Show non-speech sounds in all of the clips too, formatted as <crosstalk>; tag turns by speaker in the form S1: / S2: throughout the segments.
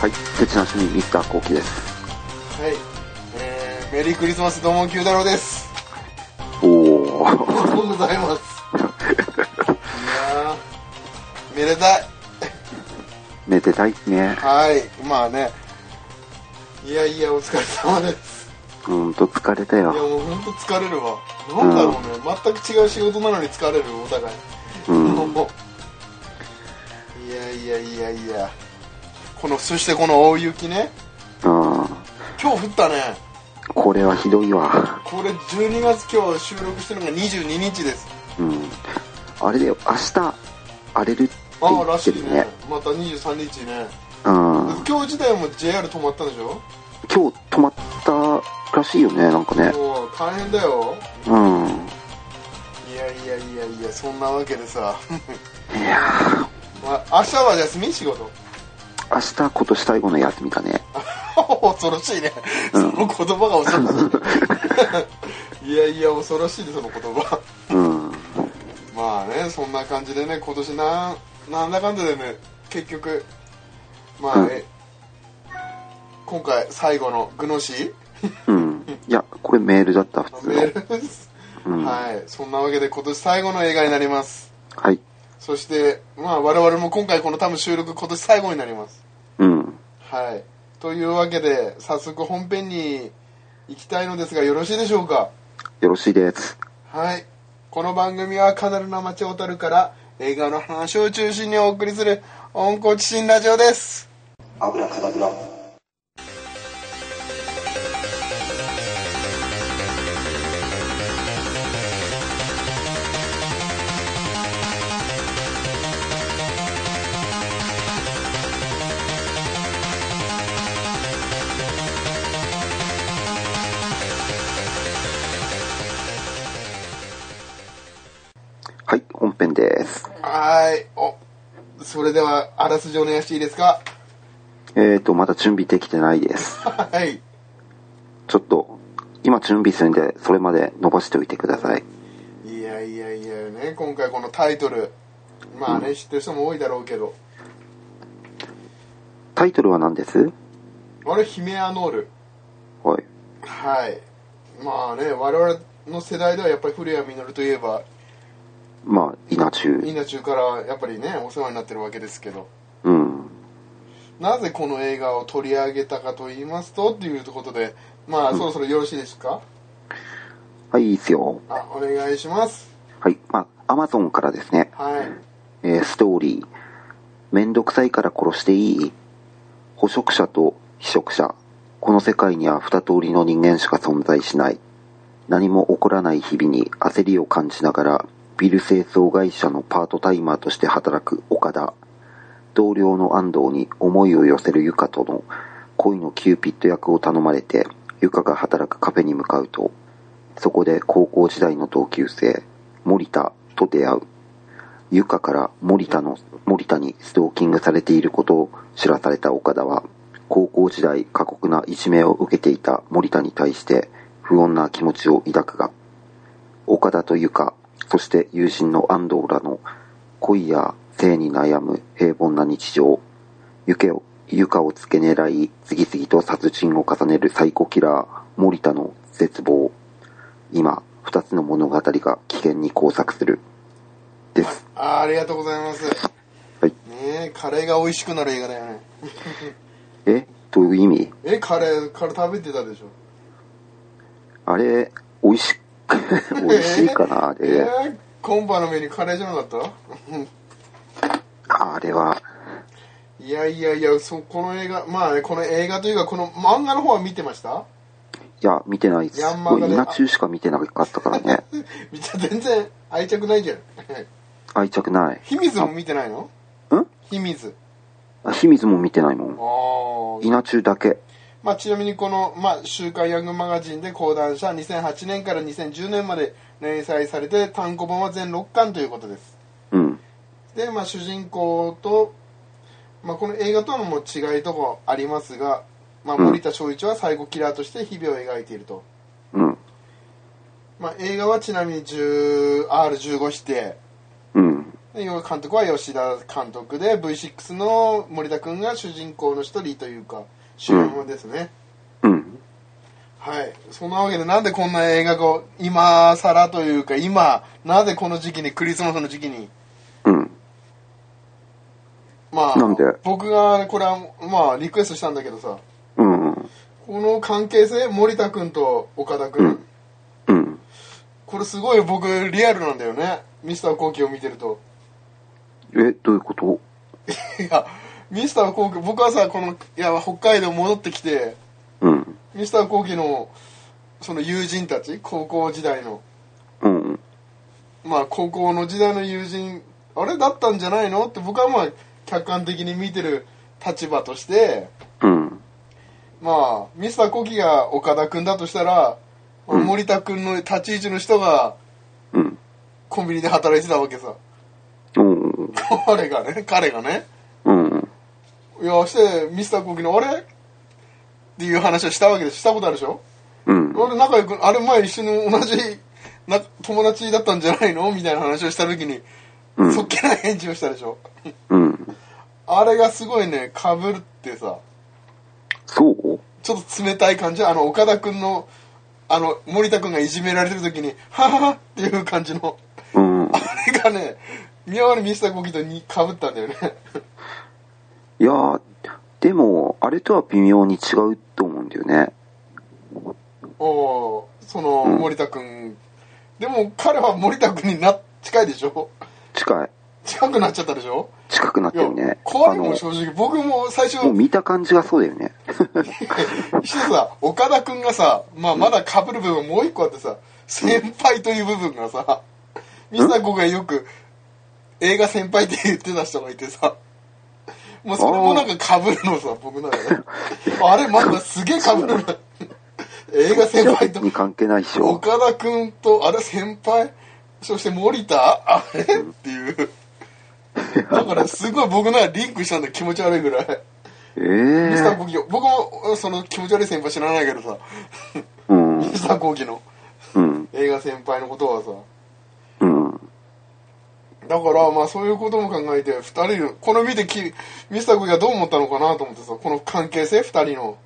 S1: はい、鉄の趣味、ミスターコウキです。
S2: はい、えー、メリークリスマスどうも九太郎です。
S1: お
S2: あり
S1: ー。 <laughs>
S2: がとうございます。いやー、めでたい。
S1: めでたいね。
S2: はい、まあね。いやいや、お疲れ様です。
S1: うーんと疲れた
S2: いや、
S1: よ。
S2: もうほんと疲れるわ。なんだろうね、全く違う仕事なのに疲れる、お互い。
S1: うん。
S2: もういやいやいやいや。この、そしてこの大雪ね。
S1: あ
S2: 今日降ったね。
S1: ーこれはひどいわ。
S2: これ12月今日収録してるのが22日です。
S1: うん。あれだよ、明日、荒れるって
S2: あ
S1: 言
S2: あら
S1: って
S2: しい
S1: る
S2: ね
S1: ね。
S2: また23日ね
S1: うん。
S2: 今日自体も JR 止まったんでしょ
S1: 今日泊まったらしいよね、なんかね。
S2: もう大変だよ
S1: うん。
S2: いやいやいやいやそんなわけでさ、
S1: いやー
S2: まあ、明日は休み仕事 <laughs>
S1: 明日今年最後の休みだね。
S2: 恐ろしいね、その言葉が恐ろしい <laughs> いやいや恐ろしいねその言葉
S1: うん。
S2: まあねそんな感じでね今年なんなんだかんだでね結局まあ、
S1: うん
S2: え今回最後のグノシー
S1: うん。いや、これメールだった、普通
S2: メ
S1: の。
S2: ールです、
S1: うん
S2: はいそんなわけで今年最後の映画になります
S1: はい。
S2: そしてまあ我々も今回この多分収録今年最後になります
S1: うん。
S2: はいというわけで早速本編に行きたいのですがよろしいでしょうか
S1: よろしいです。
S2: はいこの番組はカナルな町小樽から映画の話を中心にお送りする温厚知新ラジオです
S1: 油かだくら。はい、本編です。
S2: はいおそれではあらすじお願いしていいですか <laughs>
S1: えーと、まだ準備できてないです。
S2: はい
S1: ちょっと、今準備するんで、それまで伸ばしておいてください。
S2: いやいやいやね今回このタイトルまあね、知ってる人も多いだろうけど
S1: タイトルは何です
S2: あれヒメアノール
S1: はい。
S2: はいまあね我々の世代ではやっぱり古谷実といえば
S1: まあ、稲中。
S2: 稲中からやっぱりねお世話になってるわけですけど
S1: うん。
S2: なぜこの映画を取り上げたかと言いますとっていうことでま
S1: <laughs>
S2: あそろそろよろしいですか、
S1: はい、いいっすよ。
S2: あお願いします
S1: はい。まあ、アマゾンからですね。
S2: はい
S1: えーストーリー。めんどくさいから殺していい。捕食者と被食者。この世界には二通りの人間しか存在しない。何も起こらない日々に焦りを感じながら、ビル清掃会社のパートタイマーとして働く岡田。同僚の安藤に思いを寄せるゆかとの恋のキューピッド役を頼まれて、ゆかが働くカフェに向かうと、そこで高校時代の同級生、森田と出会う。ゆかから森田の、森田にストーキングされていることを知らされた岡田は、高校時代過酷ないじめを受けていた森田に対して不穏な気持ちを抱くが、岡田とゆか、そして友人の安藤らの恋や性に悩む平凡な日常、ゆけを、ゆかを付け狙い、次々と殺人を重ねるサイコキラー、森田の絶望。今、二つの物語が危険に交錯する。です。
S2: あありがとうございます
S1: はい
S2: ねえカレーが美味しくなる映画だよね
S1: えどういう意味
S2: えカレーカレー食べてたでしょ
S1: あれ、美味しく、 <laughs> 美味しいかなあ
S2: え
S1: れ。
S2: ー今晩のメニューカレーじゃなかった
S1: あれは。
S2: いやいやいや、そうこの映画、まあね、この映画というか、この漫画の方は見てました
S1: いや、見てないです。
S2: ヤンマ
S1: こ
S2: ガ
S1: れ、
S2: で
S1: 稲中しか見てなかったからね。
S2: <laughs> みちゃん全然愛着ないじゃん。 <laughs>
S1: 愛着ない。
S2: 秘密も見てないの
S1: あん
S2: 秘密。
S1: あ秘密も見てないもん。
S2: あー
S1: 稲中だけ。
S2: まあ、ちなみにこの、まあ、週刊ヤングマガジンで講談社2008年から2010年まで連載されて、単行本は全6巻ということです。
S1: うん。
S2: で、まあ、主人公と、まあ、この映画とのも違いとこありますが、まあ、
S1: うん
S2: 森田正一は最後キラーとして日々を描いていると。
S1: うん。
S2: まあ、映画はちなみに 10R15 して
S1: うん。
S2: でよ監督は吉田監督で V6 の森田君が主人公の一人というか主演ですね、
S1: うん。
S2: はいそんなわけでなんでこんな映画を今更というか今なぜこの時期にクリスマスの時期に
S1: うん。
S2: まあ
S1: なんで
S2: 僕がこれはまあリクエストしたんだけどさ
S1: うん。
S2: この関係性森田君と岡田君、
S1: うんうん。
S2: これすごい僕リアルなんだよねミスターコウキを見てると
S1: え、どういうこと
S2: いやミスターコウキ僕はさこのいや北海道戻ってきて
S1: うん。
S2: ミスターコウキのその友人たち高校時代の
S1: うん。
S2: まあ高校の時代の友人あれだったんじゃないのって僕はまあ客観的に見てる立場として
S1: うん。
S2: まあミスターコウキが岡田君だとしたら、まあ
S1: うん
S2: 森田君の立ち位置の人が
S1: うん。
S2: コンビニで働いてたわけさ
S1: うん。
S2: 彼がね彼がね
S1: うん。
S2: いやしてミスターコウキのあれっていう話をしたわけでしたことあるでしょ
S1: うん。
S2: 俺仲良くあれ前一緒に同じな友達だったんじゃないのみたいな話をした時に、
S1: うん
S2: そっけない返事をしたでしょ
S1: うん。
S2: あれがすごいねかぶるってさ
S1: そう
S2: ちょっと冷たい感じあの岡田君のあの森田君がいじめられてる時に「ははは」っていう感じの
S1: うん。
S2: あれがね宮原ミスターコキとにかぶったんだよね <laughs>
S1: いやー、でも、あれとは微妙に違うと思うんだよね。
S2: おおーその森田君でも彼は森田君にな近いでしょ
S1: 近い。
S2: 近くなっちゃったでしょ
S1: 近くなっ
S2: い
S1: て
S2: や
S1: るね。
S2: 怖い
S1: あ
S2: も
S1: の
S2: ん正直僕も最初
S1: もう見た感じがそうだよね。
S2: 一つさ岡田君がさ、まあ、まだ被る部分もう一個あってさ先輩という部分がさミスターコがよく映画先輩って言ってた人がいてさもうそれもなんか被るのさ僕の中であれまだすげえ被るの映
S1: <laughs>
S2: 画先輩と
S1: に関係ないでしょ。
S2: 岡田君とあれ先輩そして森田あれっていうだからすごい僕の中でリンクしたんだよ気持ち悪いぐらい
S1: ええ
S2: ミスター
S1: ー。
S2: コーキを僕もその気持ち悪い先輩知らないけ
S1: <laughs>
S2: どさ
S1: うん。
S2: ミスターコーキの
S1: うん。
S2: 映画先輩のことはさ
S1: うん。
S2: だからまあそういうことも考えて2人のこの見てきミスターコーキがどう思ったのかなと思ってさこの関係性2人の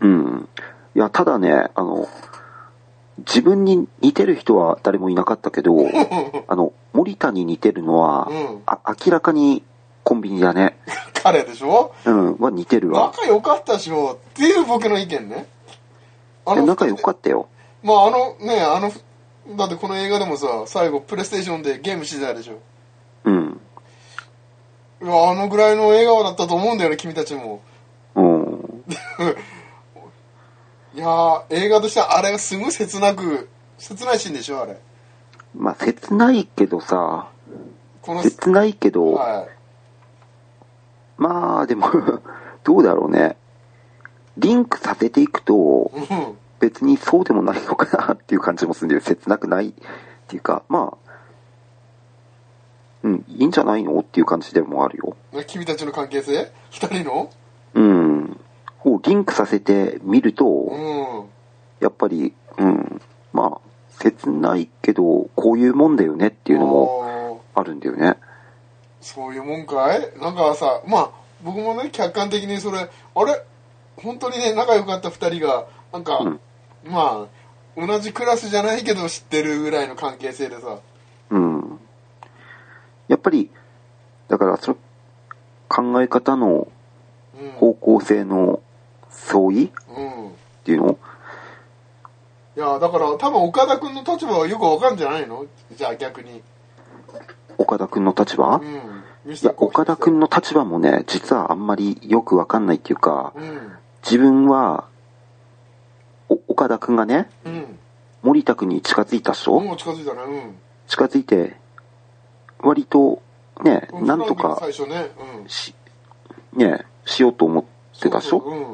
S1: うん。いや、ただね、あの、自分に似てる人は誰もいなかったけ
S2: <laughs>
S1: ど、あの、森田に似てるのは、
S2: うん
S1: あ明らかにコンビニだね。
S2: 彼でしょ
S1: うん、は似てるわ。
S2: 仲良かったでしょっていう僕の意見ねあ
S1: え仲良か
S2: っ
S1: ったよ。
S2: たまああのねあのだってこの映画でもさ最後プレイステーションでゲームしてたでしょ
S1: うん。
S2: いやあのぐらいの笑顔だったと思うんだよね君たちも
S1: うん。
S2: いやー映画としてはあれがすごい切なく切ないシーンでしょあれ
S1: まあ、切ないけどさ、
S2: この
S1: 切ないけど、
S2: は
S1: まあ、でも、 <laughs> どうだろうね。リンクさせていくと
S2: い、うん
S1: 別にそうでもないのかなっていう感じもするんだよ。切なくないっていうか、まあ、うん、いいんじゃないのっていう感じでもあるよ。
S2: ね <laughs> 君たちの関係性二人の
S1: うん。をリンクさせてみる
S2: う
S1: と、
S2: ん
S1: やっぱり、うん、まあ、切ないけど、こういうもんだよねっていうのも
S2: も
S1: あるんだよね。
S2: そういうもんかいなんかさまあ僕もね客観的にそれあれ本当にね仲良かった二人がなんか、
S1: うん
S2: まあ同じクラスじゃないけど知ってるぐらいの関係性でさ
S1: うん。やっぱり、だから、その、考え方の
S2: うん、
S1: 方向性の相違っ
S2: うん、
S1: ていうの
S2: いやだから多分岡田君の立場はよくわかんじゃないのじゃあ逆に
S1: 岡田くんの立場、
S2: う
S1: い
S2: んミスター
S1: や、
S2: コーヒー
S1: 岡田くんの立場もね、実はあんまりよくわかんないっていうか、
S2: うん
S1: 自分は、お岡田くんがね、
S2: うん
S1: 森田くんに近づいたでしょ、
S2: もう近づいたね
S1: 近づいて、割と、ね、
S2: うん
S1: なんとか
S2: 最初ねうん
S1: し、ね、しようと思ってたでしょ
S2: そうそう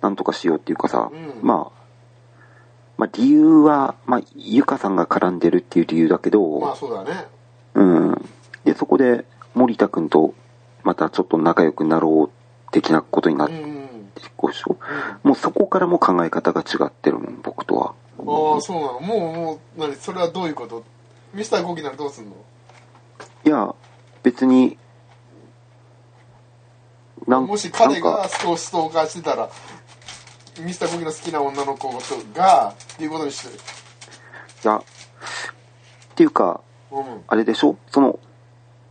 S1: なんとかしようっていうかさ、
S2: うん
S1: まあ、まあ理由は、まあ、ゆかさんが絡んでるっていう理由だけど、
S2: うんまあそうだね
S1: うん。で、そこで森田くんとまたちょっと仲良くなろう的なことになっ
S2: う
S1: て
S2: んうん
S1: こうでしょ、もうそこからも考え方が違ってるもん、僕とは。
S2: ああそうなのもうもう何それはどういうことミスターコキならどうすんの
S1: いや、別に、なん
S2: もし彼
S1: なん
S2: が
S1: か
S2: ストストーカーしてたらミスターコキの好きな女の子がっていうことにしてる
S1: いや、っていうか、
S2: うん
S1: あれでしょその、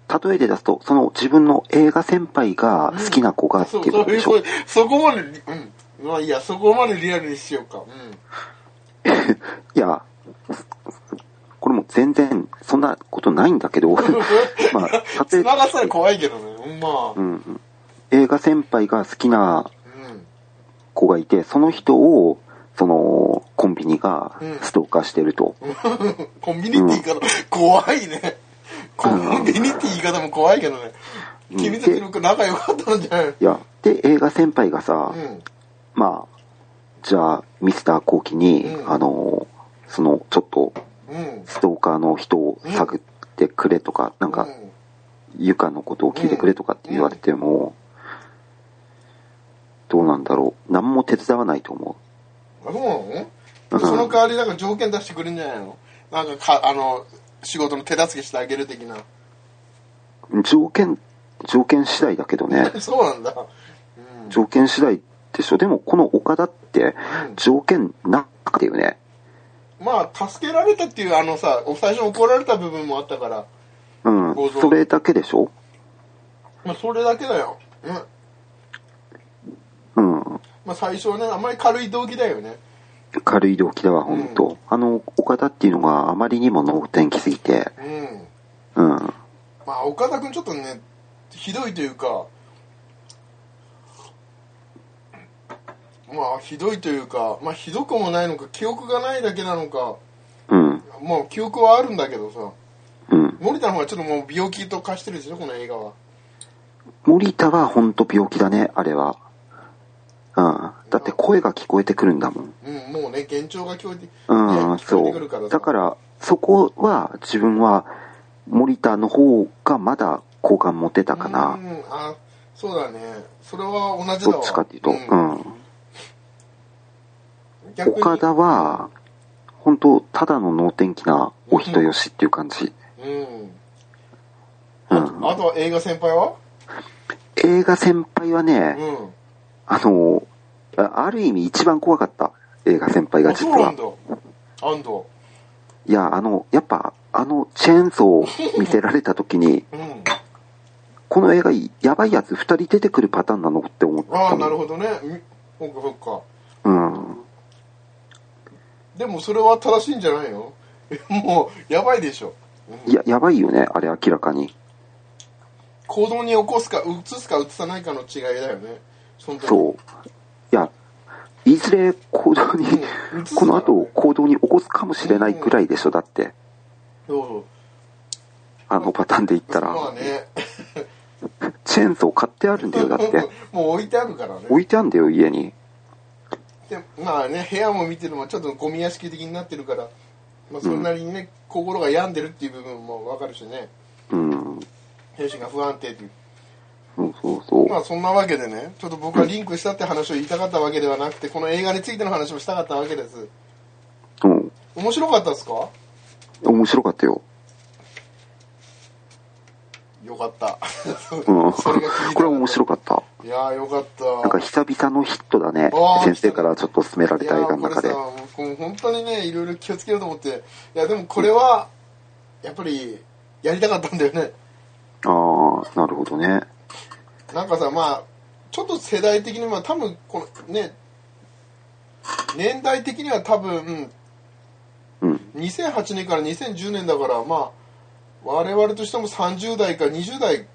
S1: 例えで出すと、その自分の映画先輩が好きな子がって
S2: そう
S1: いうこと
S2: そうい
S1: で
S2: う
S1: しょ、
S2: そうそこまでうんまあいいやそこまでリアルにしようかう
S1: いや、これも全然そんなことないんだ
S2: <laughs>
S1: けど、まあ、
S2: ん
S1: 例え
S2: 繋がったら怖いけどねうんまあ
S1: うんうん、映画先輩が好きな
S2: うん
S1: 子がいて、その人を、その、コンビニが
S2: うん
S1: ストーカーしてると。
S2: コンビニって言い方、怖いね。コンビニって言い方も怖いけどね。
S1: うん
S2: 君と記録仲良かったんじゃないの
S1: いや、で、映画先輩がさ、
S2: うん。
S1: まあ、じゃあ、ミスターコウキに、
S2: うん
S1: あの、その、ちょっと、
S2: うん。
S1: ストーカーの人を探ってくれとか、なんか
S2: う、
S1: ゆかのことを聞いてくれとかって言われても、どうなんだろう。何も手伝わないと思
S2: あ、そうなの、
S1: うん
S2: その代わりなんか条件出してくれるんじゃないのなんかか、あの、仕事の手助けしてあげる的な。。
S1: う。条件、条件次第だけどね
S2: そうなんだ。うん。
S1: 条件次第でしょ。でも、この岡田って、条件なくてよね。
S2: まあ、助けられたっていう、あのさ、お最初怒られた部分もあったから、
S1: うん
S2: 構。造
S1: それだけでしょ
S2: まあ、それだけだよ。うん。
S1: うん。
S2: まあ、最初はね、あんまり軽い動機だよね。
S1: 軽い動機だわ、ほんと。あの、岡田っていうのがあまりにも能天気すぎて、う
S2: うん。
S1: ん。
S2: まあ、岡田君ちょっとね、ひどいというか、まあ、ひどいというか、まあ、ひどくもないのか、記憶がないだけなのか、
S1: うん。
S2: まあ、記憶はあるんだけどさ、
S1: うん。
S2: 森田の方がちょっともう病気と化してるでしょ、この映画は。
S1: 森田はほんと病気だね、あれは。うん。だって声が聞こえてくるんだもん。
S2: うん、もうね、幻聴が聞こえて、
S1: うん、
S2: 聞こえてく
S1: そ
S2: るから
S1: う。だ
S2: さ
S1: から、そこは自分は、森田の方がまだ好感持てたか
S2: う
S1: な。
S2: ん、あ、そうだね。それは同じだわ。
S1: どっちかっていうと。
S2: ん
S1: うん。
S2: 逆に
S1: 岡田は、本当ただの能天気なお人よしっていう感じ。
S2: うん。
S1: うん。
S2: あとは映画先輩は
S1: 映画先輩は
S2: う
S1: ね、
S2: ん。
S1: あの、あある意味一番怖かった。映画先輩が
S2: あ、
S1: 実
S2: そうな
S1: は
S2: ん。だ。安藤。
S1: いや、あの、やっぱ、あの、チェーンソーを見せられた時に、 <laughs>
S2: うん。
S1: この映画、やばいやつ二人出てくるパターンなのって思ったの。
S2: ああ、なるほどね。みそっかそっか。
S1: うん。
S2: でもそれは正しいんじゃないの <laughs> もう、やばいでしょ。
S1: いや、やばいよね、あれ明らかに。
S2: 行動に起こすか、移すか移さないかの違いだよね。その時
S1: そう。いや、いずれ行動に、
S2: うん移す
S1: この後行動に起こすかもしれないぐらいでしょ、だって。
S2: そう
S1: あのパターンで言ったら、
S2: まあね。
S1: チェーンソー買ってあるんだよ、だって。
S2: <laughs> もう置いてあるからね。
S1: 置いてあるんだよ、家に。
S2: でまあね、部屋も見てるのもちょっとゴミ屋敷的になってるから、まあそれなりにね、心が病んでるっていう部分もわかるしね。
S1: うん。
S2: 兵士が不安定っていう。
S1: そうそうそう。
S2: まあそんなわけでね、ちょっと僕はリンクしたって話を言いたかったわけではなくて、この映画についての話をしたかったわけです。
S1: うん。
S2: 面白かったですか
S1: 面白かったよ。
S2: よかった。
S1: うん。
S2: それが聞いた
S1: <laughs> これは面白かった。
S2: いやーよかった。
S1: なんか久々のヒットだね
S2: あー。
S1: 先生からちょっと勧められ
S2: い
S1: た
S2: や
S1: 映画
S2: ー
S1: の
S2: これ
S1: 中
S2: さ、
S1: で。
S2: もう本当にね、いろいろ気をつけようと思って。いや、でもこれは、やっぱり、やりたかったんだよね。
S1: ああ、なるほどね。
S2: なんかさ、まあ、ちょっと世代的に、まあ多分、このね、年代的には多分、うん
S1: うん。
S2: 2008年から2010年だから、まあ、我々としても30代か20代、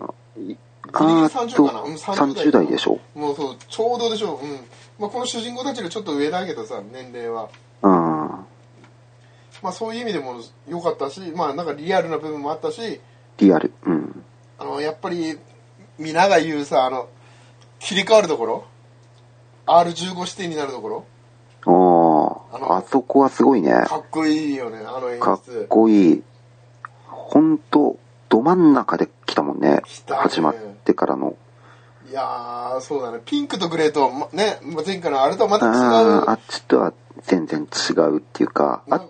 S1: あ
S2: ギリ
S1: ー
S2: ギ
S1: っ
S2: リ30
S1: と、
S2: かなうん30
S1: 30代でしょ。
S2: もうそう、ちょうどでしょう。うん。まあこの主人公たちがちょっと上だけどさ、年齢は。
S1: うん。
S2: まあそういう意味でも良かったし、まあなんかリアルな部分もあったし、
S1: リアル。うん。
S2: あの、やっぱり、皆が言うさ、あの、切り替わるところ ?R15 指定になるところ
S1: あ
S2: あ
S1: あ、
S2: の
S1: あそこはすごいね。
S2: かっこいいよね、あの演
S1: かっ
S2: 出。
S1: こいい。ほんと、ど真ん中で来たもんね。
S2: 来たね
S1: 始まってからの。
S2: いやー、そうだね。ピンクとグレーと、ま、ね、前回のあれとはまた違
S1: あ
S2: う。
S1: あ、あっちとは全然違うっていうか、
S2: な
S1: あ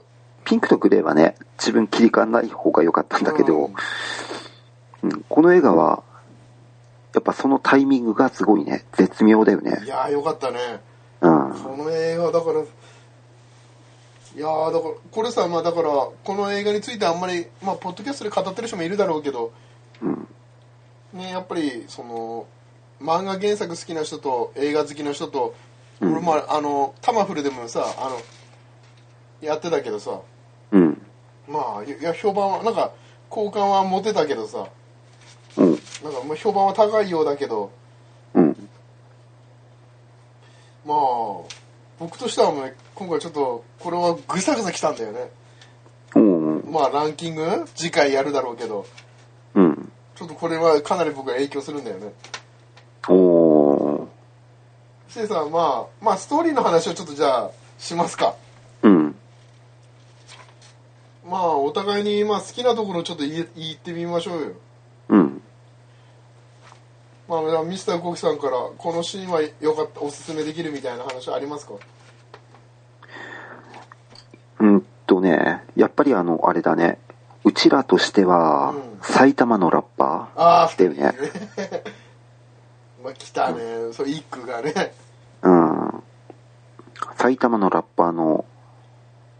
S1: ピンクとグレーはね、自分切り替わんない方が良かったんだけ
S2: う
S1: ど
S2: ん、
S1: うん、この映画は、やっぱそのタイミングがすごいね、絶妙だよ
S2: い
S1: ね。
S2: やーよかったね
S1: うん。
S2: この映画だからいやーだからこれさまあだからこの映画についてあんまりまあポッドキャストで語ってる人もいるだろうけど
S1: うん。
S2: ねやっぱりその漫画原作好きな人と映画好きな人と、
S1: うん
S2: 俺もあのタマフルでもさあのやってたけどさ
S1: うん。
S2: まあいや評判はなんか好感は持てたけどさ
S1: うん。
S2: なんかまあ評判は高いようだけど
S1: うん。
S2: まあ僕としてはもう今回ちょっとこれはぐさぐさきたんだよね
S1: うん。
S2: まあランキング次回やるだろうけど
S1: うん。
S2: ちょっとこれはかなり僕は影響するんだよね
S1: おー。
S2: そしてさまあまあストーリーの話をちょっとじゃあしますか
S1: うん。
S2: まあお互いにまあ好きなところをちょっと言え言ってみましょうよ
S1: うん。
S2: まあじゃあミスターコキさんからこのシーンは良かったおすすめできるみたいな話ありますか
S1: うんとね、やっぱりあの、あれだね。うちらとしては
S2: うん、
S1: 埼玉のラッパー
S2: ああ
S1: だよね。
S2: <laughs> まあ来たねそう一句がね
S1: うん。埼玉のラッパーの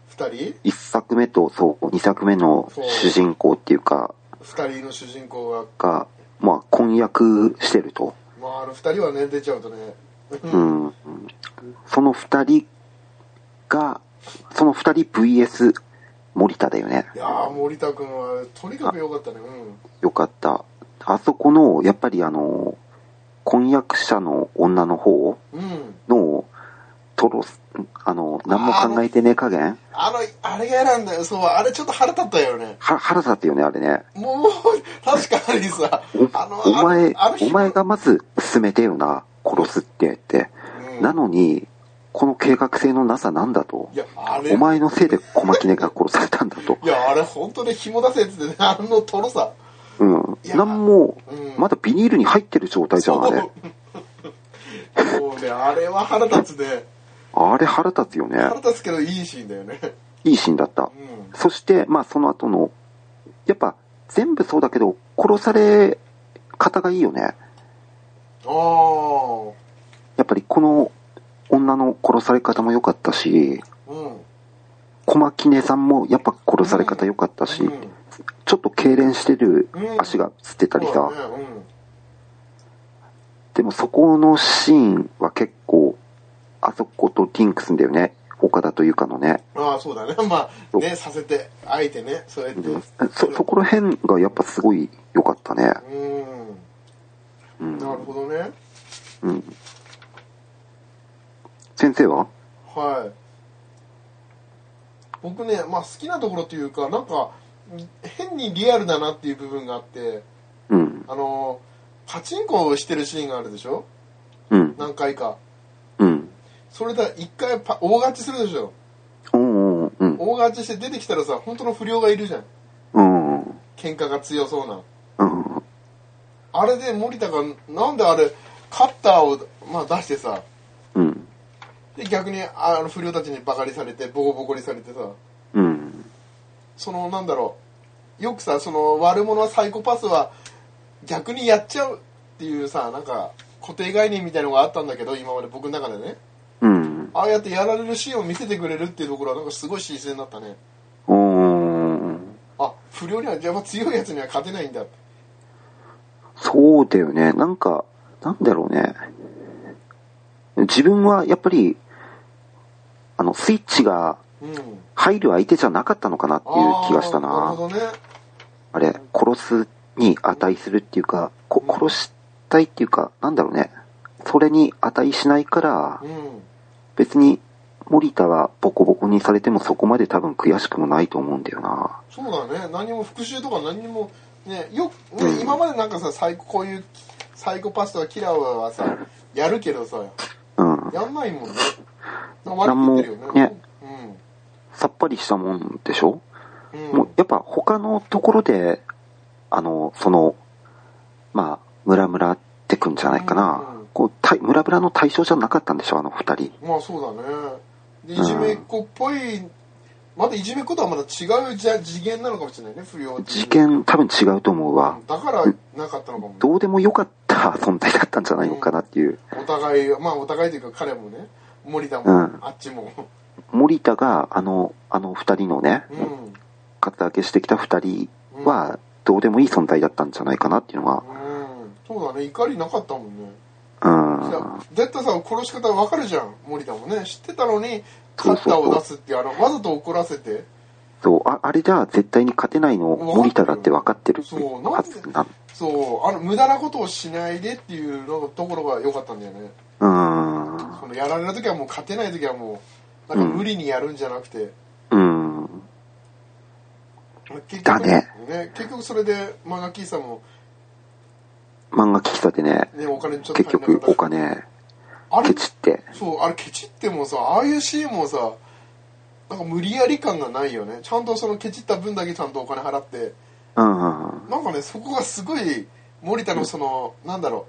S2: 二人
S1: 一作目と、そう、二作目の主人公っていうか、
S2: 二人の主人公が
S1: が、まあ、婚約してると。
S2: まああの二人はね出ちゃうとね
S1: うん。その二人が、その二人 VS 森田だよね。
S2: いやー森田君はとにかく良かったねうん
S1: よかった。あそこの、やっぱりあの、婚約者の女の方
S2: うん
S1: の、トロス、あの、何も考えてねえ加減
S2: あのあれが嫌なんだよそうあれちょっと腹立ったよね
S1: は腹立つよね、あれね。
S2: もう確かにさあの
S1: おお前
S2: あの、
S1: お前がまず進めてよな、殺すって言って。
S2: うん
S1: なのに、この計画性のなさなんだと
S2: い。やあれ
S1: お前のせいで小牧根が殺されたんだと。
S2: いやあれ本当に紐出せっつってね <laughs> あのトロさ
S1: うん。
S2: いや
S1: なんも
S2: うん、
S1: まだビニールに入ってる状態じゃん、あれ。
S2: そうねあれは腹立つね
S1: あれ腹立つよね
S2: 腹。立つけどいいシーンだよね
S1: いいシーンだった
S2: う。ん
S1: そして、まあ、その後の、やっぱ、全部そうだけど、殺され方がいいよね。
S2: ああ
S1: やっぱり、この女の殺され方も良かったし、
S2: うん
S1: 小牧根さんもやっぱ殺され方良かったし、
S2: うん
S1: ちょっと痙攣してる
S2: うん
S1: 足がつってたり
S2: そ
S1: さ
S2: う、だねうん
S1: でもそこのシーンは結構、あそことティンクスんだよね。岡田というかのね。
S2: ああそうだね <laughs> まあねさせてあえてねそうやって
S1: そ、そこら辺がやっぱすごい良かったね。
S2: うん
S1: うん。
S2: なるほどね
S1: うん。先生は
S2: はい僕ねまあ好きなところというかなんか変にリアルだなっていう部分があって
S1: うん。
S2: あのパチンコをしてるシーンがあるでしょ
S1: うん。
S2: 何回か
S1: うん。
S2: それで一回パ大勝ちするでしょ
S1: うん。うん。
S2: 大勝ちして出てきたらさ本当の不良がいるじゃん
S1: うん。うん。
S2: 喧嘩が強そうな
S1: うん。
S2: あれで森田がなんであれカッターを、まあ、出してさ
S1: うん。
S2: で逆にあの不良たちにバカにされてボコボコにされてさ
S1: うん。
S2: そのなんだろうよくさその悪者はサイコパスは逆にやっちゃうっていうさなんか固定概念みたいのがあったんだけど今まで僕の中でね
S1: うん。
S2: ああやってやられるシーンを見せてくれるっていうところはなんかすごい新鮮だったね
S1: うん。
S2: あ不良にはやっぱ強いやつには勝てないんだ
S1: そうだよね。なんか、なんだろうね。自分はやっぱり、あの、スイッチが
S2: うん
S1: 入る相手じゃなかったのかなっていう
S2: あー
S1: 気がした
S2: なる
S1: な。
S2: ほどね
S1: あれ、殺すに値するっていうか、こ殺したいっていうか、なんだろうね。それに値しないから、
S2: うん
S1: 別に森田はボコボコにされてもそこまで多分悔しくもないと思うんだよな。
S2: そうだね何も復讐とか何にもねよく、
S1: う
S2: ね
S1: ん
S2: 今までなんかさサイコこういうサイコパスとかキラーはさやるけどさ
S1: うん。
S2: やんないもんねなんか
S1: なん
S2: 悪く
S1: も
S2: 言ってるよね
S1: ねさっぱりしたもんでしょ、
S2: うんう
S1: も
S2: ん
S1: うやっぱ他のところで、あの、その、まあ、ムラムラってくんじゃないか
S2: うんう。
S1: なんこう、たムラムラの対象じゃなかったんでしょあの二人。
S2: まあそうだねでいじめっ子っぽいまだいじめっ子とはまだ違うじゃ次元なのかもしれないね不良っていう
S1: 事件多分違うと思うわ。
S2: だからなかったのかもね
S1: どうでもよかった存在だったんじゃないのかなっていう。
S2: お互いまあお互いというか彼もね森田も、
S1: うん
S2: あっちも
S1: 森田が、あの、あの二人のね、
S2: うんうん
S1: 肩上げしてきた二人は、どうでもいい存在だったんじゃないかなっていうのが、
S2: そうだね怒りなかったもんね
S1: うん。
S2: 絶対さ殺し方わかるじゃん森田もね知ってたのにカッターを出すっていうあのわざと怒らせて
S1: そう、ああれじゃあ絶対に勝てないの、森田だって分かってる
S2: そう
S1: はずな
S2: そうあの無駄なことをしないでっていうなんかところが良かったんだよね
S1: うん。
S2: そのやられる時はもう勝てない時はもうなんか無理にやるんじゃなくて、
S1: うん。
S2: 結局
S1: だね
S2: 結局それで漫画喫茶も、
S1: 漫画喫茶でね、
S2: ね、お金ちょっと
S1: 結
S2: 足りな
S1: 局
S2: か
S1: お
S2: った
S1: 金、
S2: あれ
S1: ケチって。
S2: そうあれケチってもさああいうシーンもさなんか無理やり感がないよねちゃんとそのケチった分だけちゃんとお金払って
S1: うん。
S2: なんかねそこがすごい森田のその、なんだろ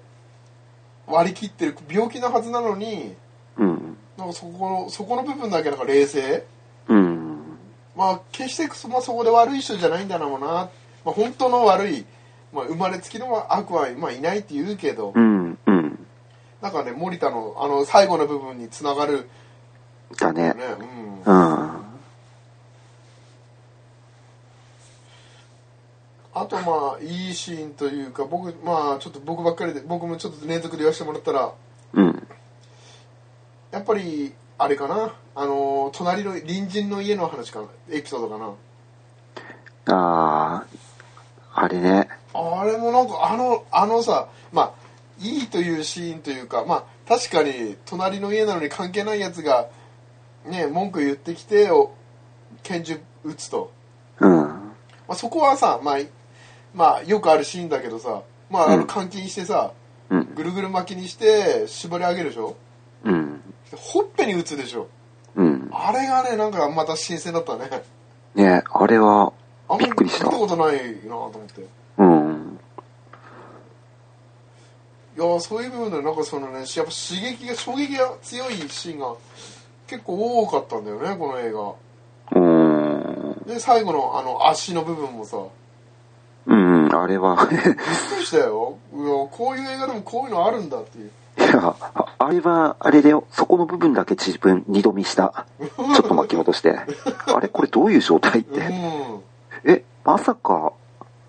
S2: う割り切ってる病気なはずなのに
S1: うん。
S2: なんかそこのそこの部分だけなんか冷静
S1: うん。
S2: まあ決してそ,、まあ、そこで悪い人じゃないんだろうな、まあ、本当の悪い、まあ、生まれつきの悪は、まあ、いないって言うけど、
S1: うん。うん。
S2: なんかね森田のあの最後の部分につながる
S1: だね
S2: ね。う
S1: う
S2: ん
S1: ん。
S2: あとまあいいシーンというか僕まあちょっと僕ばっかりで僕もちょっと連続で言わせてもらったら
S1: うん。
S2: やっぱりあれかなあの隣の隣人の家の話かなエピソードかな
S1: ああ、あれね。
S2: あれもなんかあのあのさまあいいというシーンというかまあ確かに隣の家なのに関係ないやつがね文句言ってきてを拳銃撃つと、
S1: うん。
S2: まあ、そこはさ、まあ、いまあよくあるシーンだけどさまああの監禁してさ、
S1: うん。
S2: ぐるぐる巻きにして縛り上げるでしょ
S1: うん。
S2: ほっぺに打つでしょ
S1: うん。
S2: あれがねなんかまた新鮮だったね
S1: ねあれは、
S2: あん
S1: び
S2: ま
S1: っ
S2: り
S1: く
S2: 見
S1: りしたた。
S2: ことないなと思ってい
S1: うん。
S2: やそういう部分でなんかそのねやっぱ刺激が衝撃が強いシーンが結構多かったんだよねこの映
S1: うん。
S2: 画で最後のあの足の部分もさ
S1: うん、あれは、 <laughs>
S2: びっくりしたよいやこういう映画でもこういうのあるんだっていう
S1: いや、ああれは、あれだよ。そこの部分だけ自分二度見した。ちょっと巻き戻して。あれこれどういう状態っ
S2: うん
S1: て。え、まさか、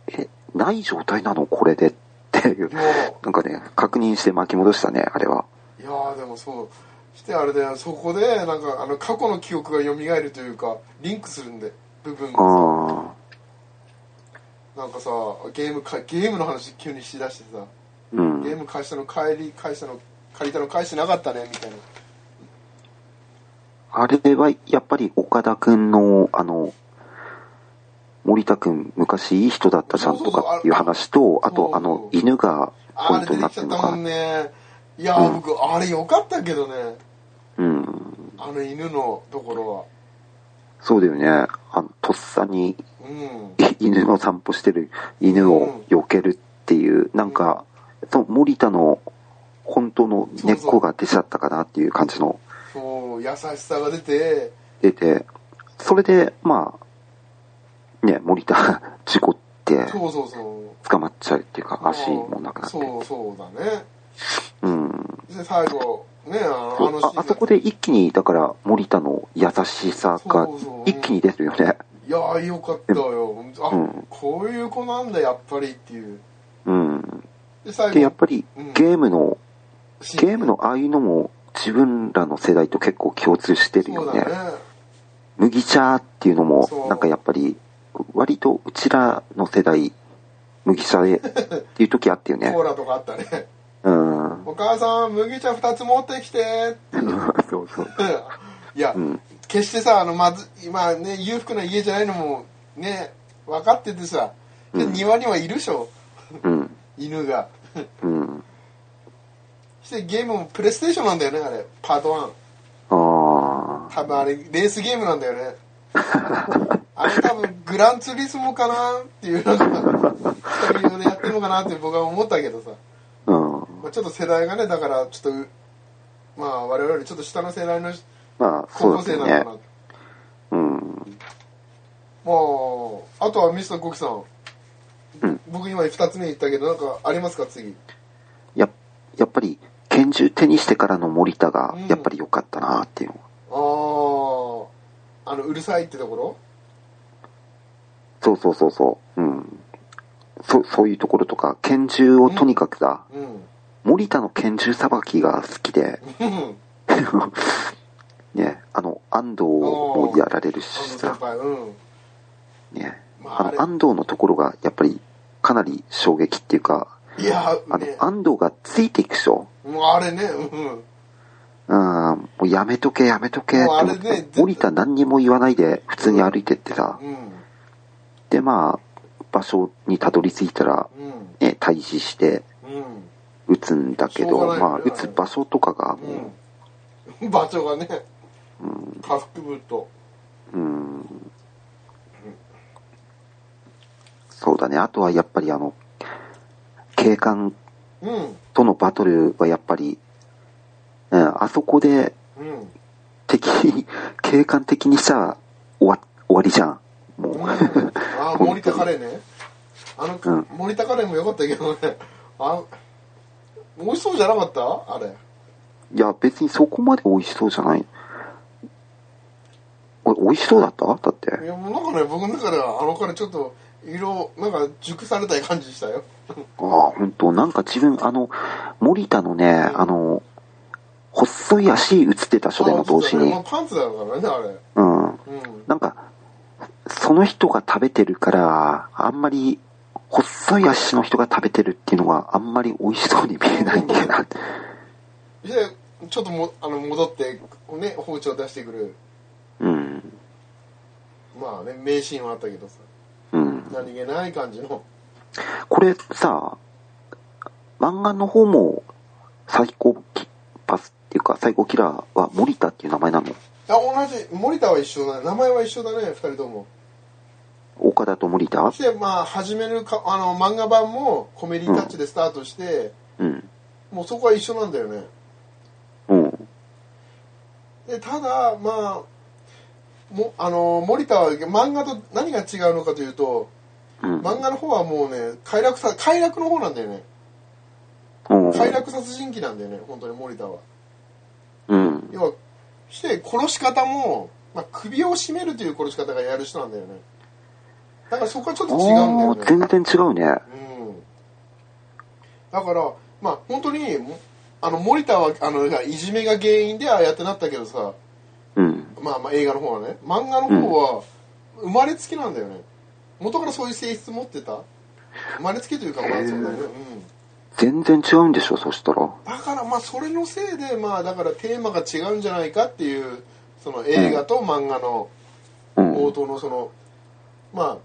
S1: え、ない状態なのこれでっていう
S2: い。や
S1: なんかね、確認して巻き戻したね、あれは。
S2: いやーでもそうしてあれだよそこでなんかあの過去の記憶が蘇るというかリンクするんで部分がさ
S1: ああ。
S2: なんかさゲームかゲームの話急にしだしてさ
S1: う
S2: ゲー
S1: ん。
S2: ム返したの帰り返したの借りたの返してなかったねみたいな
S1: あれは、やっぱり岡田くんの、あの、森田くん昔いい人だったじゃんとかっていう話と、あ
S2: そうそう
S1: と、
S2: あ
S1: あの、犬がポ
S2: あ
S1: イン
S2: れ
S1: ト
S2: 出
S1: にな
S2: て
S1: っ
S2: きち
S1: て
S2: ゃっ
S1: るの
S2: たも
S1: か
S2: ん。ねいやー僕あれ良かったけどね
S1: うん。
S2: あの犬のところ
S1: そうだよね。あの、とっさに <laughs>
S2: はうん
S1: 犬の散歩してる犬を避けるっていう、なんか、その森田の本当の根っこが出ちゃったかなっていう感じの
S2: そう優しさが出て
S1: 出て、それで、まあ、ね、森田 <laughs> 事故って
S2: そうそうそう
S1: 捕まっちゃうっていうか、足もなくなって。
S2: そうそうだね
S1: うん。
S2: で最後ねあのあのシ
S1: あ
S2: ーン
S1: あそこで一気に、だから森田の優しさが
S2: そうそう
S1: 一気に出るよね。
S2: いやーよかったよあ、
S1: うん
S2: こういう子なんだやっぱりっていう
S1: うん。
S2: で最
S1: で、やっ
S2: 後
S1: ぱり
S2: うん
S1: ゲームの、
S2: シ
S1: ゲームのああいうのも自分らの世代と結構共通してる
S2: そう
S1: よ
S2: だ
S1: ね。
S2: ね
S1: 麦茶っていうの
S2: そ
S1: も
S2: う
S1: なんかやっぱり割とうちらの世代麦茶でっていう時あったよね
S2: コーラとかあったね
S1: うん <laughs>
S2: お母さん麦茶2つ持ってきて
S1: そうそう
S2: いや、
S1: うん
S2: 決してさあのまず今ね裕福な家じゃないのもね分かっててさ、で
S1: うん
S2: 庭にはいるでしょ
S1: うん
S2: 犬が <laughs>
S1: うん
S2: してゲームもプレイステーションなんだよねあれパート1
S1: あ
S2: 多分あれレースゲームなんだ
S1: <laughs>
S2: よねあれ多分グランツーリスモかなっていうなんかそういうのやってるのかなって僕は思ったけどさ、
S1: あうん
S2: まあ、ちょっと世代がねだからちょっとうまあ我々よりちょっと下の世代の
S1: まあそ
S2: 高
S1: う
S2: 校
S1: だ
S2: 生
S1: よ
S2: なの
S1: ね
S2: かな
S1: うん
S2: まああとはミスターコキさん、
S1: うん
S2: 僕今2つ目言ったけどなんかありますか次
S1: や、やっぱり、拳銃手にしてからの森田が
S2: うん、
S1: やっぱり良かったなっていうのは
S2: あああのうるさいってところ
S1: そうそうそうそう。うん。そ、そういうところとか、拳銃をとにかくさ、
S2: うん
S1: 森田の拳銃さばきが好きで、
S2: うん
S1: <laughs> ね、あの、安藤もやられるし
S2: あの先
S1: さ、
S2: 輩うん
S1: ね、
S2: まあ
S1: あ
S2: あれ
S1: の、安藤のところが、やっぱり、かなり衝撃っていうか、
S2: いや
S1: あの
S2: ね、
S1: 安藤がついていくでしょ
S2: もうあれねうん
S1: うん、もうやめとけ、やめとけって思っ
S2: もうあれね
S1: て、森田何にも言わないで、普通に歩いてってさ、
S2: うん
S1: で、まあ、場所にたどり着いたら、
S2: うん
S1: ね、退治して、
S2: うん
S1: 撃つんだけ
S2: しょう
S1: ど、
S2: がないよ
S1: まあ、
S2: ね
S1: 撃つ場所とかが、もう、
S2: うん場所がね下腹部と
S1: うんそうだね。あとはやっぱりあの、警官
S2: うん
S1: とのバトルはやっぱり、うん、あそこで
S2: うん
S1: 敵 <laughs> に、警官的にしちゃ終わ終わりじゃん。もう。 <laughs>
S2: あ森田カレーねあの、
S1: うん
S2: 森田カレーも良かったけどねあ美味しそうじゃなかったあれ
S1: いや、別にそこまで美味しそうじゃない。お美味しそうだっただって。
S2: いやもうなんかね僕の中ではあのカレーちょっと色なんか熟されたい感じしたよ
S1: ああ、本当なんか自分、あの、森田のね、あの、細い足映ってた初で
S2: あ
S1: も同時
S2: 実はね
S1: に
S2: まあ。パンツだからねあれ
S1: うん。
S2: うん
S1: なんか、その人が食べてるから、あんまり、細い足の人が食べてるっていうのがあんまり美味しそうに見えないんだよな。
S2: でちょっともあの戻ってね包丁出してくる
S1: うん。
S2: まあね名シーンはあったけどさ
S1: うん。
S2: 何気ない感じの
S1: これさ、漫画の方も、最高キパスっていうか、最高キラーは森田っていう名前なの
S2: あ同じ森田は一緒だね名前は一緒だね二人とも
S1: 岡田と森田
S2: そしてまあ始めるかあの漫画版もコメディタッチでスタートして、
S1: うん。
S2: もうそこは一緒なんだよね
S1: うん。
S2: でただまあもあの森田は漫画と何が違うのかというと
S1: うん。
S2: 漫画の方はもうね快楽さ快楽の方なんだよね
S1: うん
S2: 快楽殺人鬼なんだよね本当に森田は
S1: うん。
S2: 要はして殺し方も、まあ、首を絞めるという殺し方がやる人なんだよねだからそこはちょっと違うんだよ
S1: あ
S2: ね
S1: あ、全然違うね。
S2: うんだからまあ本当にもあの森田はあのいじめが原因でああやってなったけどさ、
S1: うん。
S2: まあ、まあ映画の方はね漫画の方は生まれつきなんだよね元からそういう性質持ってた生まれつきというかまあそうだよね、うん、
S1: 全然違うんでしょ、そしたら。
S2: だからまあそれのせいでまあだからテーマが違うんじゃないかっていうその映画と漫画の
S1: うん。
S2: 冒頭のそのま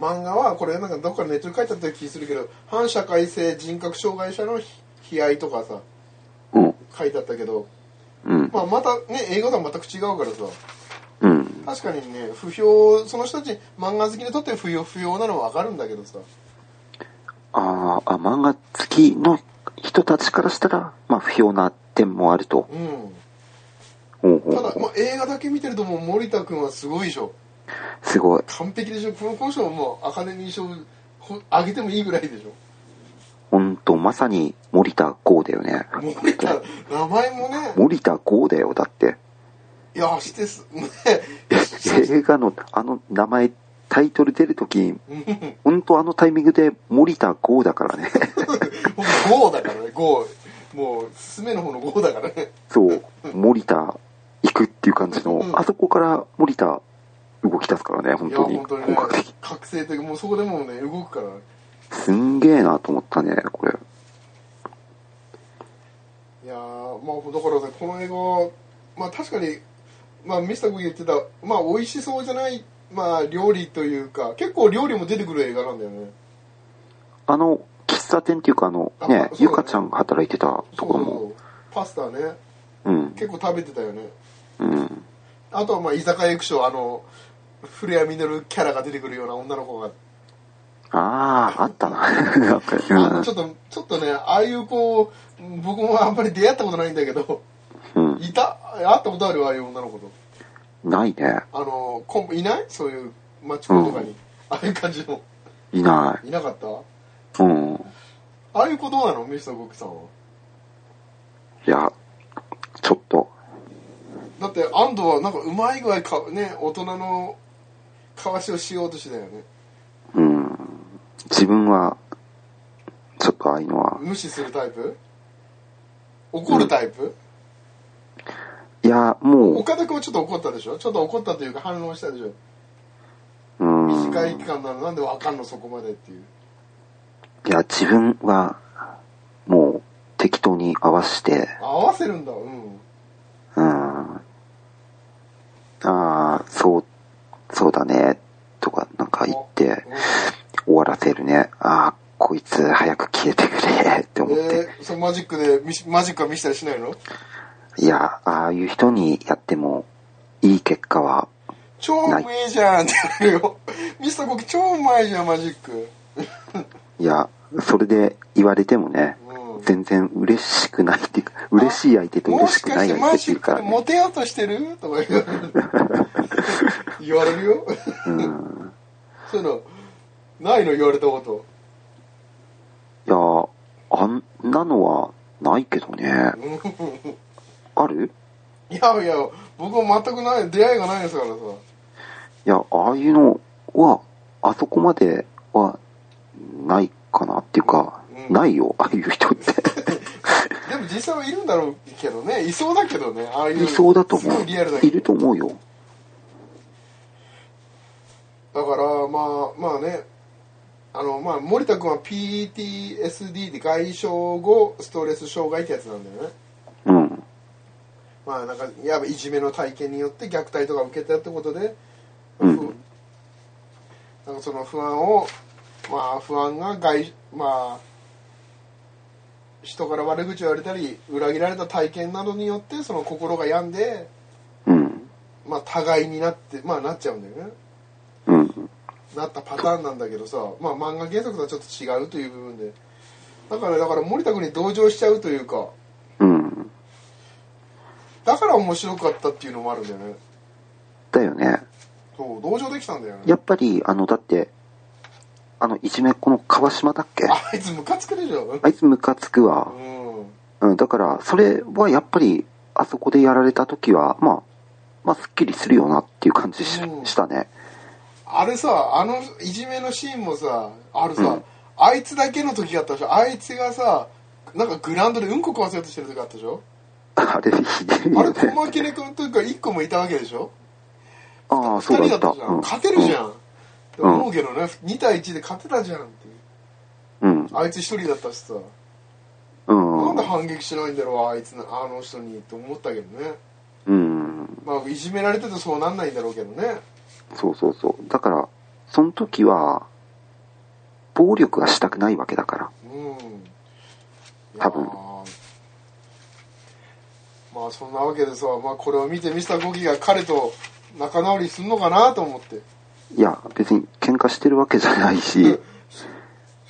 S2: あ漫画はこれなんかどっかネットに書いてあった気するけど反社会性人格障害者の悲哀とかさ
S1: うん。
S2: 書いてあったけど、
S1: うん。
S2: まあ、またね映画とは全く違うからさ
S1: うん。
S2: 確かにね不評その人たち漫画好きにとって不要不要なのは分かるんだけどさ
S1: あーあ、漫画好きの人たちからしたら、まあ、不評な点もあると。
S2: うん
S1: ほう
S2: た
S1: ほう
S2: だ、
S1: ほう
S2: まあ、映画だけ見てるともう森田君はすごいでしょ
S1: すごい。
S2: 完璧でしょこの交渉もうアカデミー賞ほあげてもいいぐらいでしょ
S1: ほんと、まさに森田剛だよね。
S2: 森田名前もね
S1: 森田剛だよ、だ
S2: <laughs>
S1: って。
S2: いやしてすね
S1: 映画のあの名前、タイトル出るとき、
S2: うん
S1: ほんとあのタイミングで森田剛だからね。
S2: もう GO だからね GO もうすすめの方の GO だからね
S1: そう、森田行くっていう感じの
S2: う、ん
S1: あそこから森田動き出すからね、本
S2: いや
S1: 当に。
S2: 本当に
S1: 本
S2: ね
S1: 格的。
S2: 覚醒的もうそこでもうね動くから
S1: すんげえなと思ったね、これ。
S2: いやーまあだからさこの映画まあ確かにまあミスター君言ってたまあ美味しそうじゃないまあ料理というか結構料理も出てくる映画なんだよね
S1: あの、喫茶店っていうか、あの
S2: あ、そうだ
S1: ね
S2: ね、
S1: ゆかちゃんが働いてたと
S2: そう
S1: こ
S2: そ
S1: ろ
S2: う
S1: も。
S2: そうパスタね
S1: うん。
S2: 結構食べてたよね
S1: うん。
S2: あとはまあ居酒屋行くしょあの古谷実キャラが出てくるような女の子が、
S1: ああ、あったな。 <laughs> なんか、
S2: あのちょっとちょっとねああいう子僕もあんまり出会ったことないんだけど
S1: うん。うん。
S2: いた会ったことあるよああいう女の子と
S1: ないね。
S2: あのコンいないそういう町子とかに、ああいう感じの
S1: いない
S2: なかったあ
S1: い。うん。
S2: あいう子どうなのミスターゴキさんはい
S1: や、ちょっと。
S2: だって安藤はなんかうまい具合かね大人のかわしをしようとしてたよね
S1: うん。自分は、ちょっとああいうのは。
S2: 無視するタイプ怒るタイプ、
S1: いや、も
S2: 岡田君はちょっと怒ったでしょちょっと怒ったというか反応したでしょ
S1: う、うん。
S2: 短い期間ならなんでわかんのそこまでっていう
S1: いや、自分は、もう、適当に合わせて、
S2: 合わせるん
S1: <laughs>
S2: だうん
S1: うん。ああ、そう、そうだね、とか、なんか言って、終わらせるね。ああ、こいつ、早く消えてくれ、 <laughs> って
S2: うん
S1: 思って。
S2: えー、そのマジックで見しマジックは見せたりしないの
S1: いや、ああいう人にやっても、いい結果は、
S2: 超うめえじゃんってなるよ <laughs> ミスターゴキ超うまいじゃんマジック
S1: いや、それで言われてもね、
S2: うん
S1: 全然嬉しくないっていうか、嬉しい相手と嬉
S2: も
S1: し
S2: し
S1: く
S2: か
S1: ない
S2: してマ
S1: 相手って
S2: ジ
S1: い
S2: ッ
S1: うか
S2: クで
S1: ね、
S2: モテようとしてるとか言
S1: <laughs>
S2: われる言われるよ
S1: うん。
S2: そういうのないの言われたこと
S1: いや、あんなのはないけどね。
S2: うん
S1: ある
S2: いやいや僕も全くない出会いがないですからさ
S1: いや、ああいうのは、あそこまでは、ないかなっていうか、
S2: うん
S1: ないよ、ああいう人って。
S2: でも実際はいるんだろうけどねいそうだけどねああいう
S1: いそうだと
S2: す
S1: 思
S2: ご
S1: う
S2: いリアルだ。け
S1: い
S2: ど
S1: ると思うよ。
S2: だからまあまあねあのまあ森田君は PTSD で外傷後ストレス障害ってやつなんだよね
S1: うん。
S2: まあなんかいわばいじめの体験によって虐待とか受けたってことで、
S1: うん
S2: ふなんかその不安をまあ不安が外まあ人から悪口を言われたり裏切られた体験などによってその心が病んで
S1: うん。
S2: まあ互いになってまあなっちゃうんだよね
S1: うん。
S2: なったパターンなんだけどさまあ漫画原作とはちょっと違うという部分でだからだから森田君に同情しちゃうというか
S1: うん。
S2: だから面白かったっていうのもあるんだよね
S1: だよね。
S2: そう同情できたんだよね
S1: やっぱり、あの、だって、あの、いじめ、この川島だっけ
S2: あいつムカつくでしょ
S1: あいつムカつくわ
S2: う。ん
S1: うん、だから、それはやっぱり、あそこでやられた時は、まあ、まあ、すっきりするよなっていう感じし
S2: うん
S1: したね。
S2: あれさあのいじめのシーンもさあるさ、
S1: うん
S2: あいつだけの時があったでしょあいつがさなんかグラウンドでうんこ壊せようとしてる時あったでしょ
S1: あれ、ひでえ
S2: あ
S1: よ
S2: れ小
S1: ね。
S2: 牧根君というか1個もいたわけでしょ
S1: ああ、そうだ
S2: 二人
S1: っ
S2: だ
S1: た。
S2: ったじゃん、
S1: うん
S2: 勝てるじゃん、って
S1: うん
S2: 思うけどね2対1で勝てたじゃんっていう
S1: うん。
S2: あいつ一人だったしさ、
S1: うん。
S2: なんで反撃しないんだろうあいつなあの人にと思ったけどね
S1: うん。
S2: まあいじめられててそうなんないんだろうけどね
S1: そうそうそう。だから、その時は、暴力はしたくないわけだから。
S2: うん
S1: 多分
S2: いやーまあそんなわけでさ、まあ、これを見てミスターゴキが彼と仲直りするのかなと思って
S1: いや、別に喧嘩してるわけじゃないし、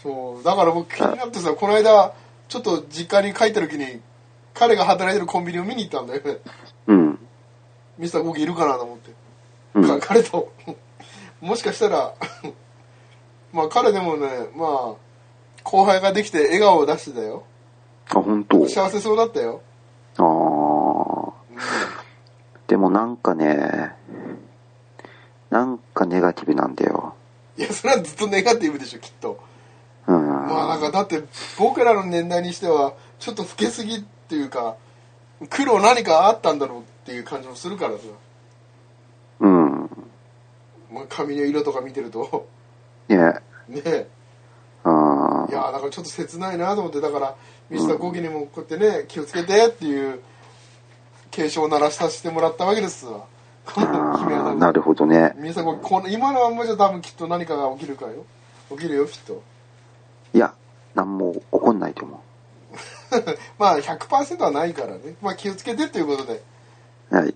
S2: そうだから僕気になってさこの間ちょっと実家に帰った時に彼が働いてるコンビニを見に行ったんだよね
S1: うん。
S2: ミスターゴキいるかなと思って
S1: うん
S2: か。彼ともしかしたらまあ彼でもねまあ後輩ができて笑顔を出してたよ
S1: あ、本当。
S2: 幸せそうだったよ、
S1: ああ。
S2: うん
S1: でもなんかね、なんかネガティブなんだよ。
S2: いやそれはずっとネガティブでしょきっと
S1: うん。
S2: まあなんかだって僕らの年代にしてはちょっと老けすぎっていうか苦労何かあったんだろうっていう感じもするからさ、
S1: うん。
S2: まあ、髪の色とか見てると
S1: ね
S2: ねえ
S1: あ
S2: いやだからちょっと切ないなと思ってだからミスターゴキにもこうやってね気をつけてっていう警鐘を鳴らさせてもらったわけですわこの姫
S1: あ
S2: 穴
S1: なるほどね。
S2: ミスターゴキこの今のまんまじゃ多分きっと何かが起きるからよ起きるよきっと <laughs>
S1: いや、なんも起こんないと思
S2: まあ100%はないからねまあ気をつけてということで
S1: う。はい。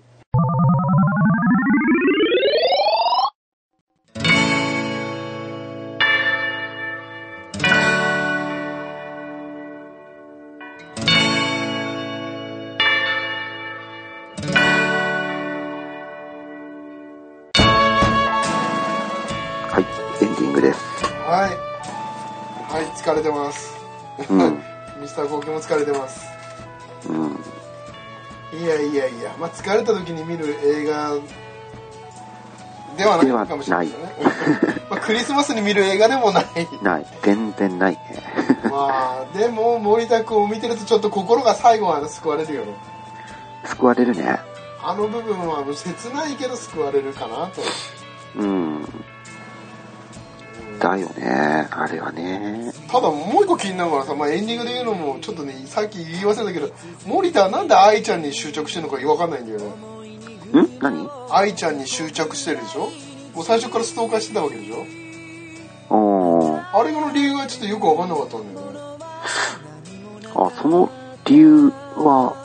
S2: はいはい疲れてます
S1: うん。
S2: ミスターゴーキも疲れてます
S1: うん。
S2: いやいやいや、まあ、疲れた時に見る映画ではないかもしれないですよねまあクリスマスに見る映画でも <laughs> ない
S1: ない。全然ないね。
S2: まあでも森田君を見てるとちょっと心が最後まで救われるよね
S1: 救われるね。
S2: あの部分はあの切ないけど救われるかなと、
S1: うん。
S2: うん
S1: だよね。あれはね。
S2: ただもう一個気になるのがさ、まあ、エンディングで言うのもちょっとねさっき言い忘れたけど森田はなんで愛ちゃんに執着してるのか分かんないんだよね
S1: ん何
S2: 愛ちゃんに執着してるでしょもう最初からストーカーしてたわけでしょ
S1: おー。
S2: あれの理由がちょっとよく分かんなかったんだよね
S1: あ、その理由は、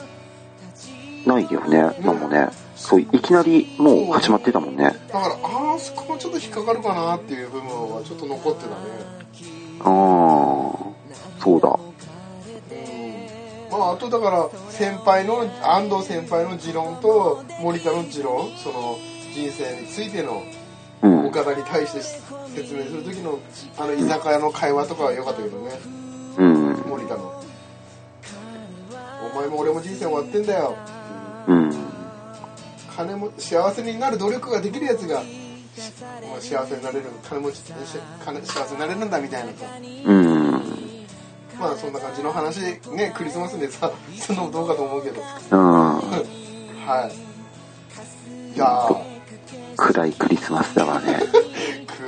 S1: ないよね。なんもね。そう、いきなりもう始まってたもんね。
S2: だからあそこもちょっと引っかかるかなっていう部分はちょっと残ってたね
S1: あー。そうだ。
S2: うんまああとだから先輩の安藤先輩の持論と森田の持論その人生についての
S1: うん。
S2: 岡田に対して説明する時のあの居酒屋の会話とかは良かったけどね
S1: うん。
S2: 森田の「お前も俺も人生終わってんだよ
S1: うん。
S2: 金も幸せになる努力ができるやつがしお前幸せになれる金持ちし金幸せになれるんだ」みたいなさ
S1: うん。
S2: まあそんな感じの話ねクリスマスでさするのもどうかと思うけど
S1: うん。
S2: はいいやー
S1: 暗いクリスマスだわね。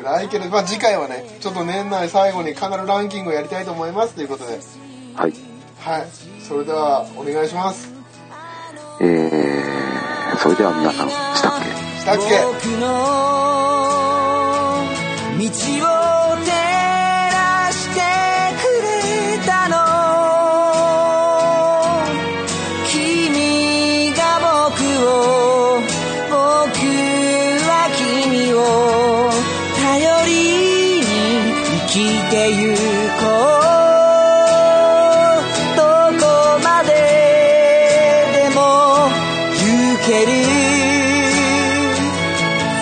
S2: 暗いけど、まあ、次回はねちょっと年内最後に必ずランキングをやりたいと思いますということで
S1: はい。
S2: はいそれではお願いします
S1: えー、それでは皆さん、したっけ
S2: 下っ
S3: 僕
S2: け
S3: の道を照らしてくれたの君が僕を僕は君を頼りに生きてゆこうどこまででも行ける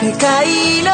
S3: 世界の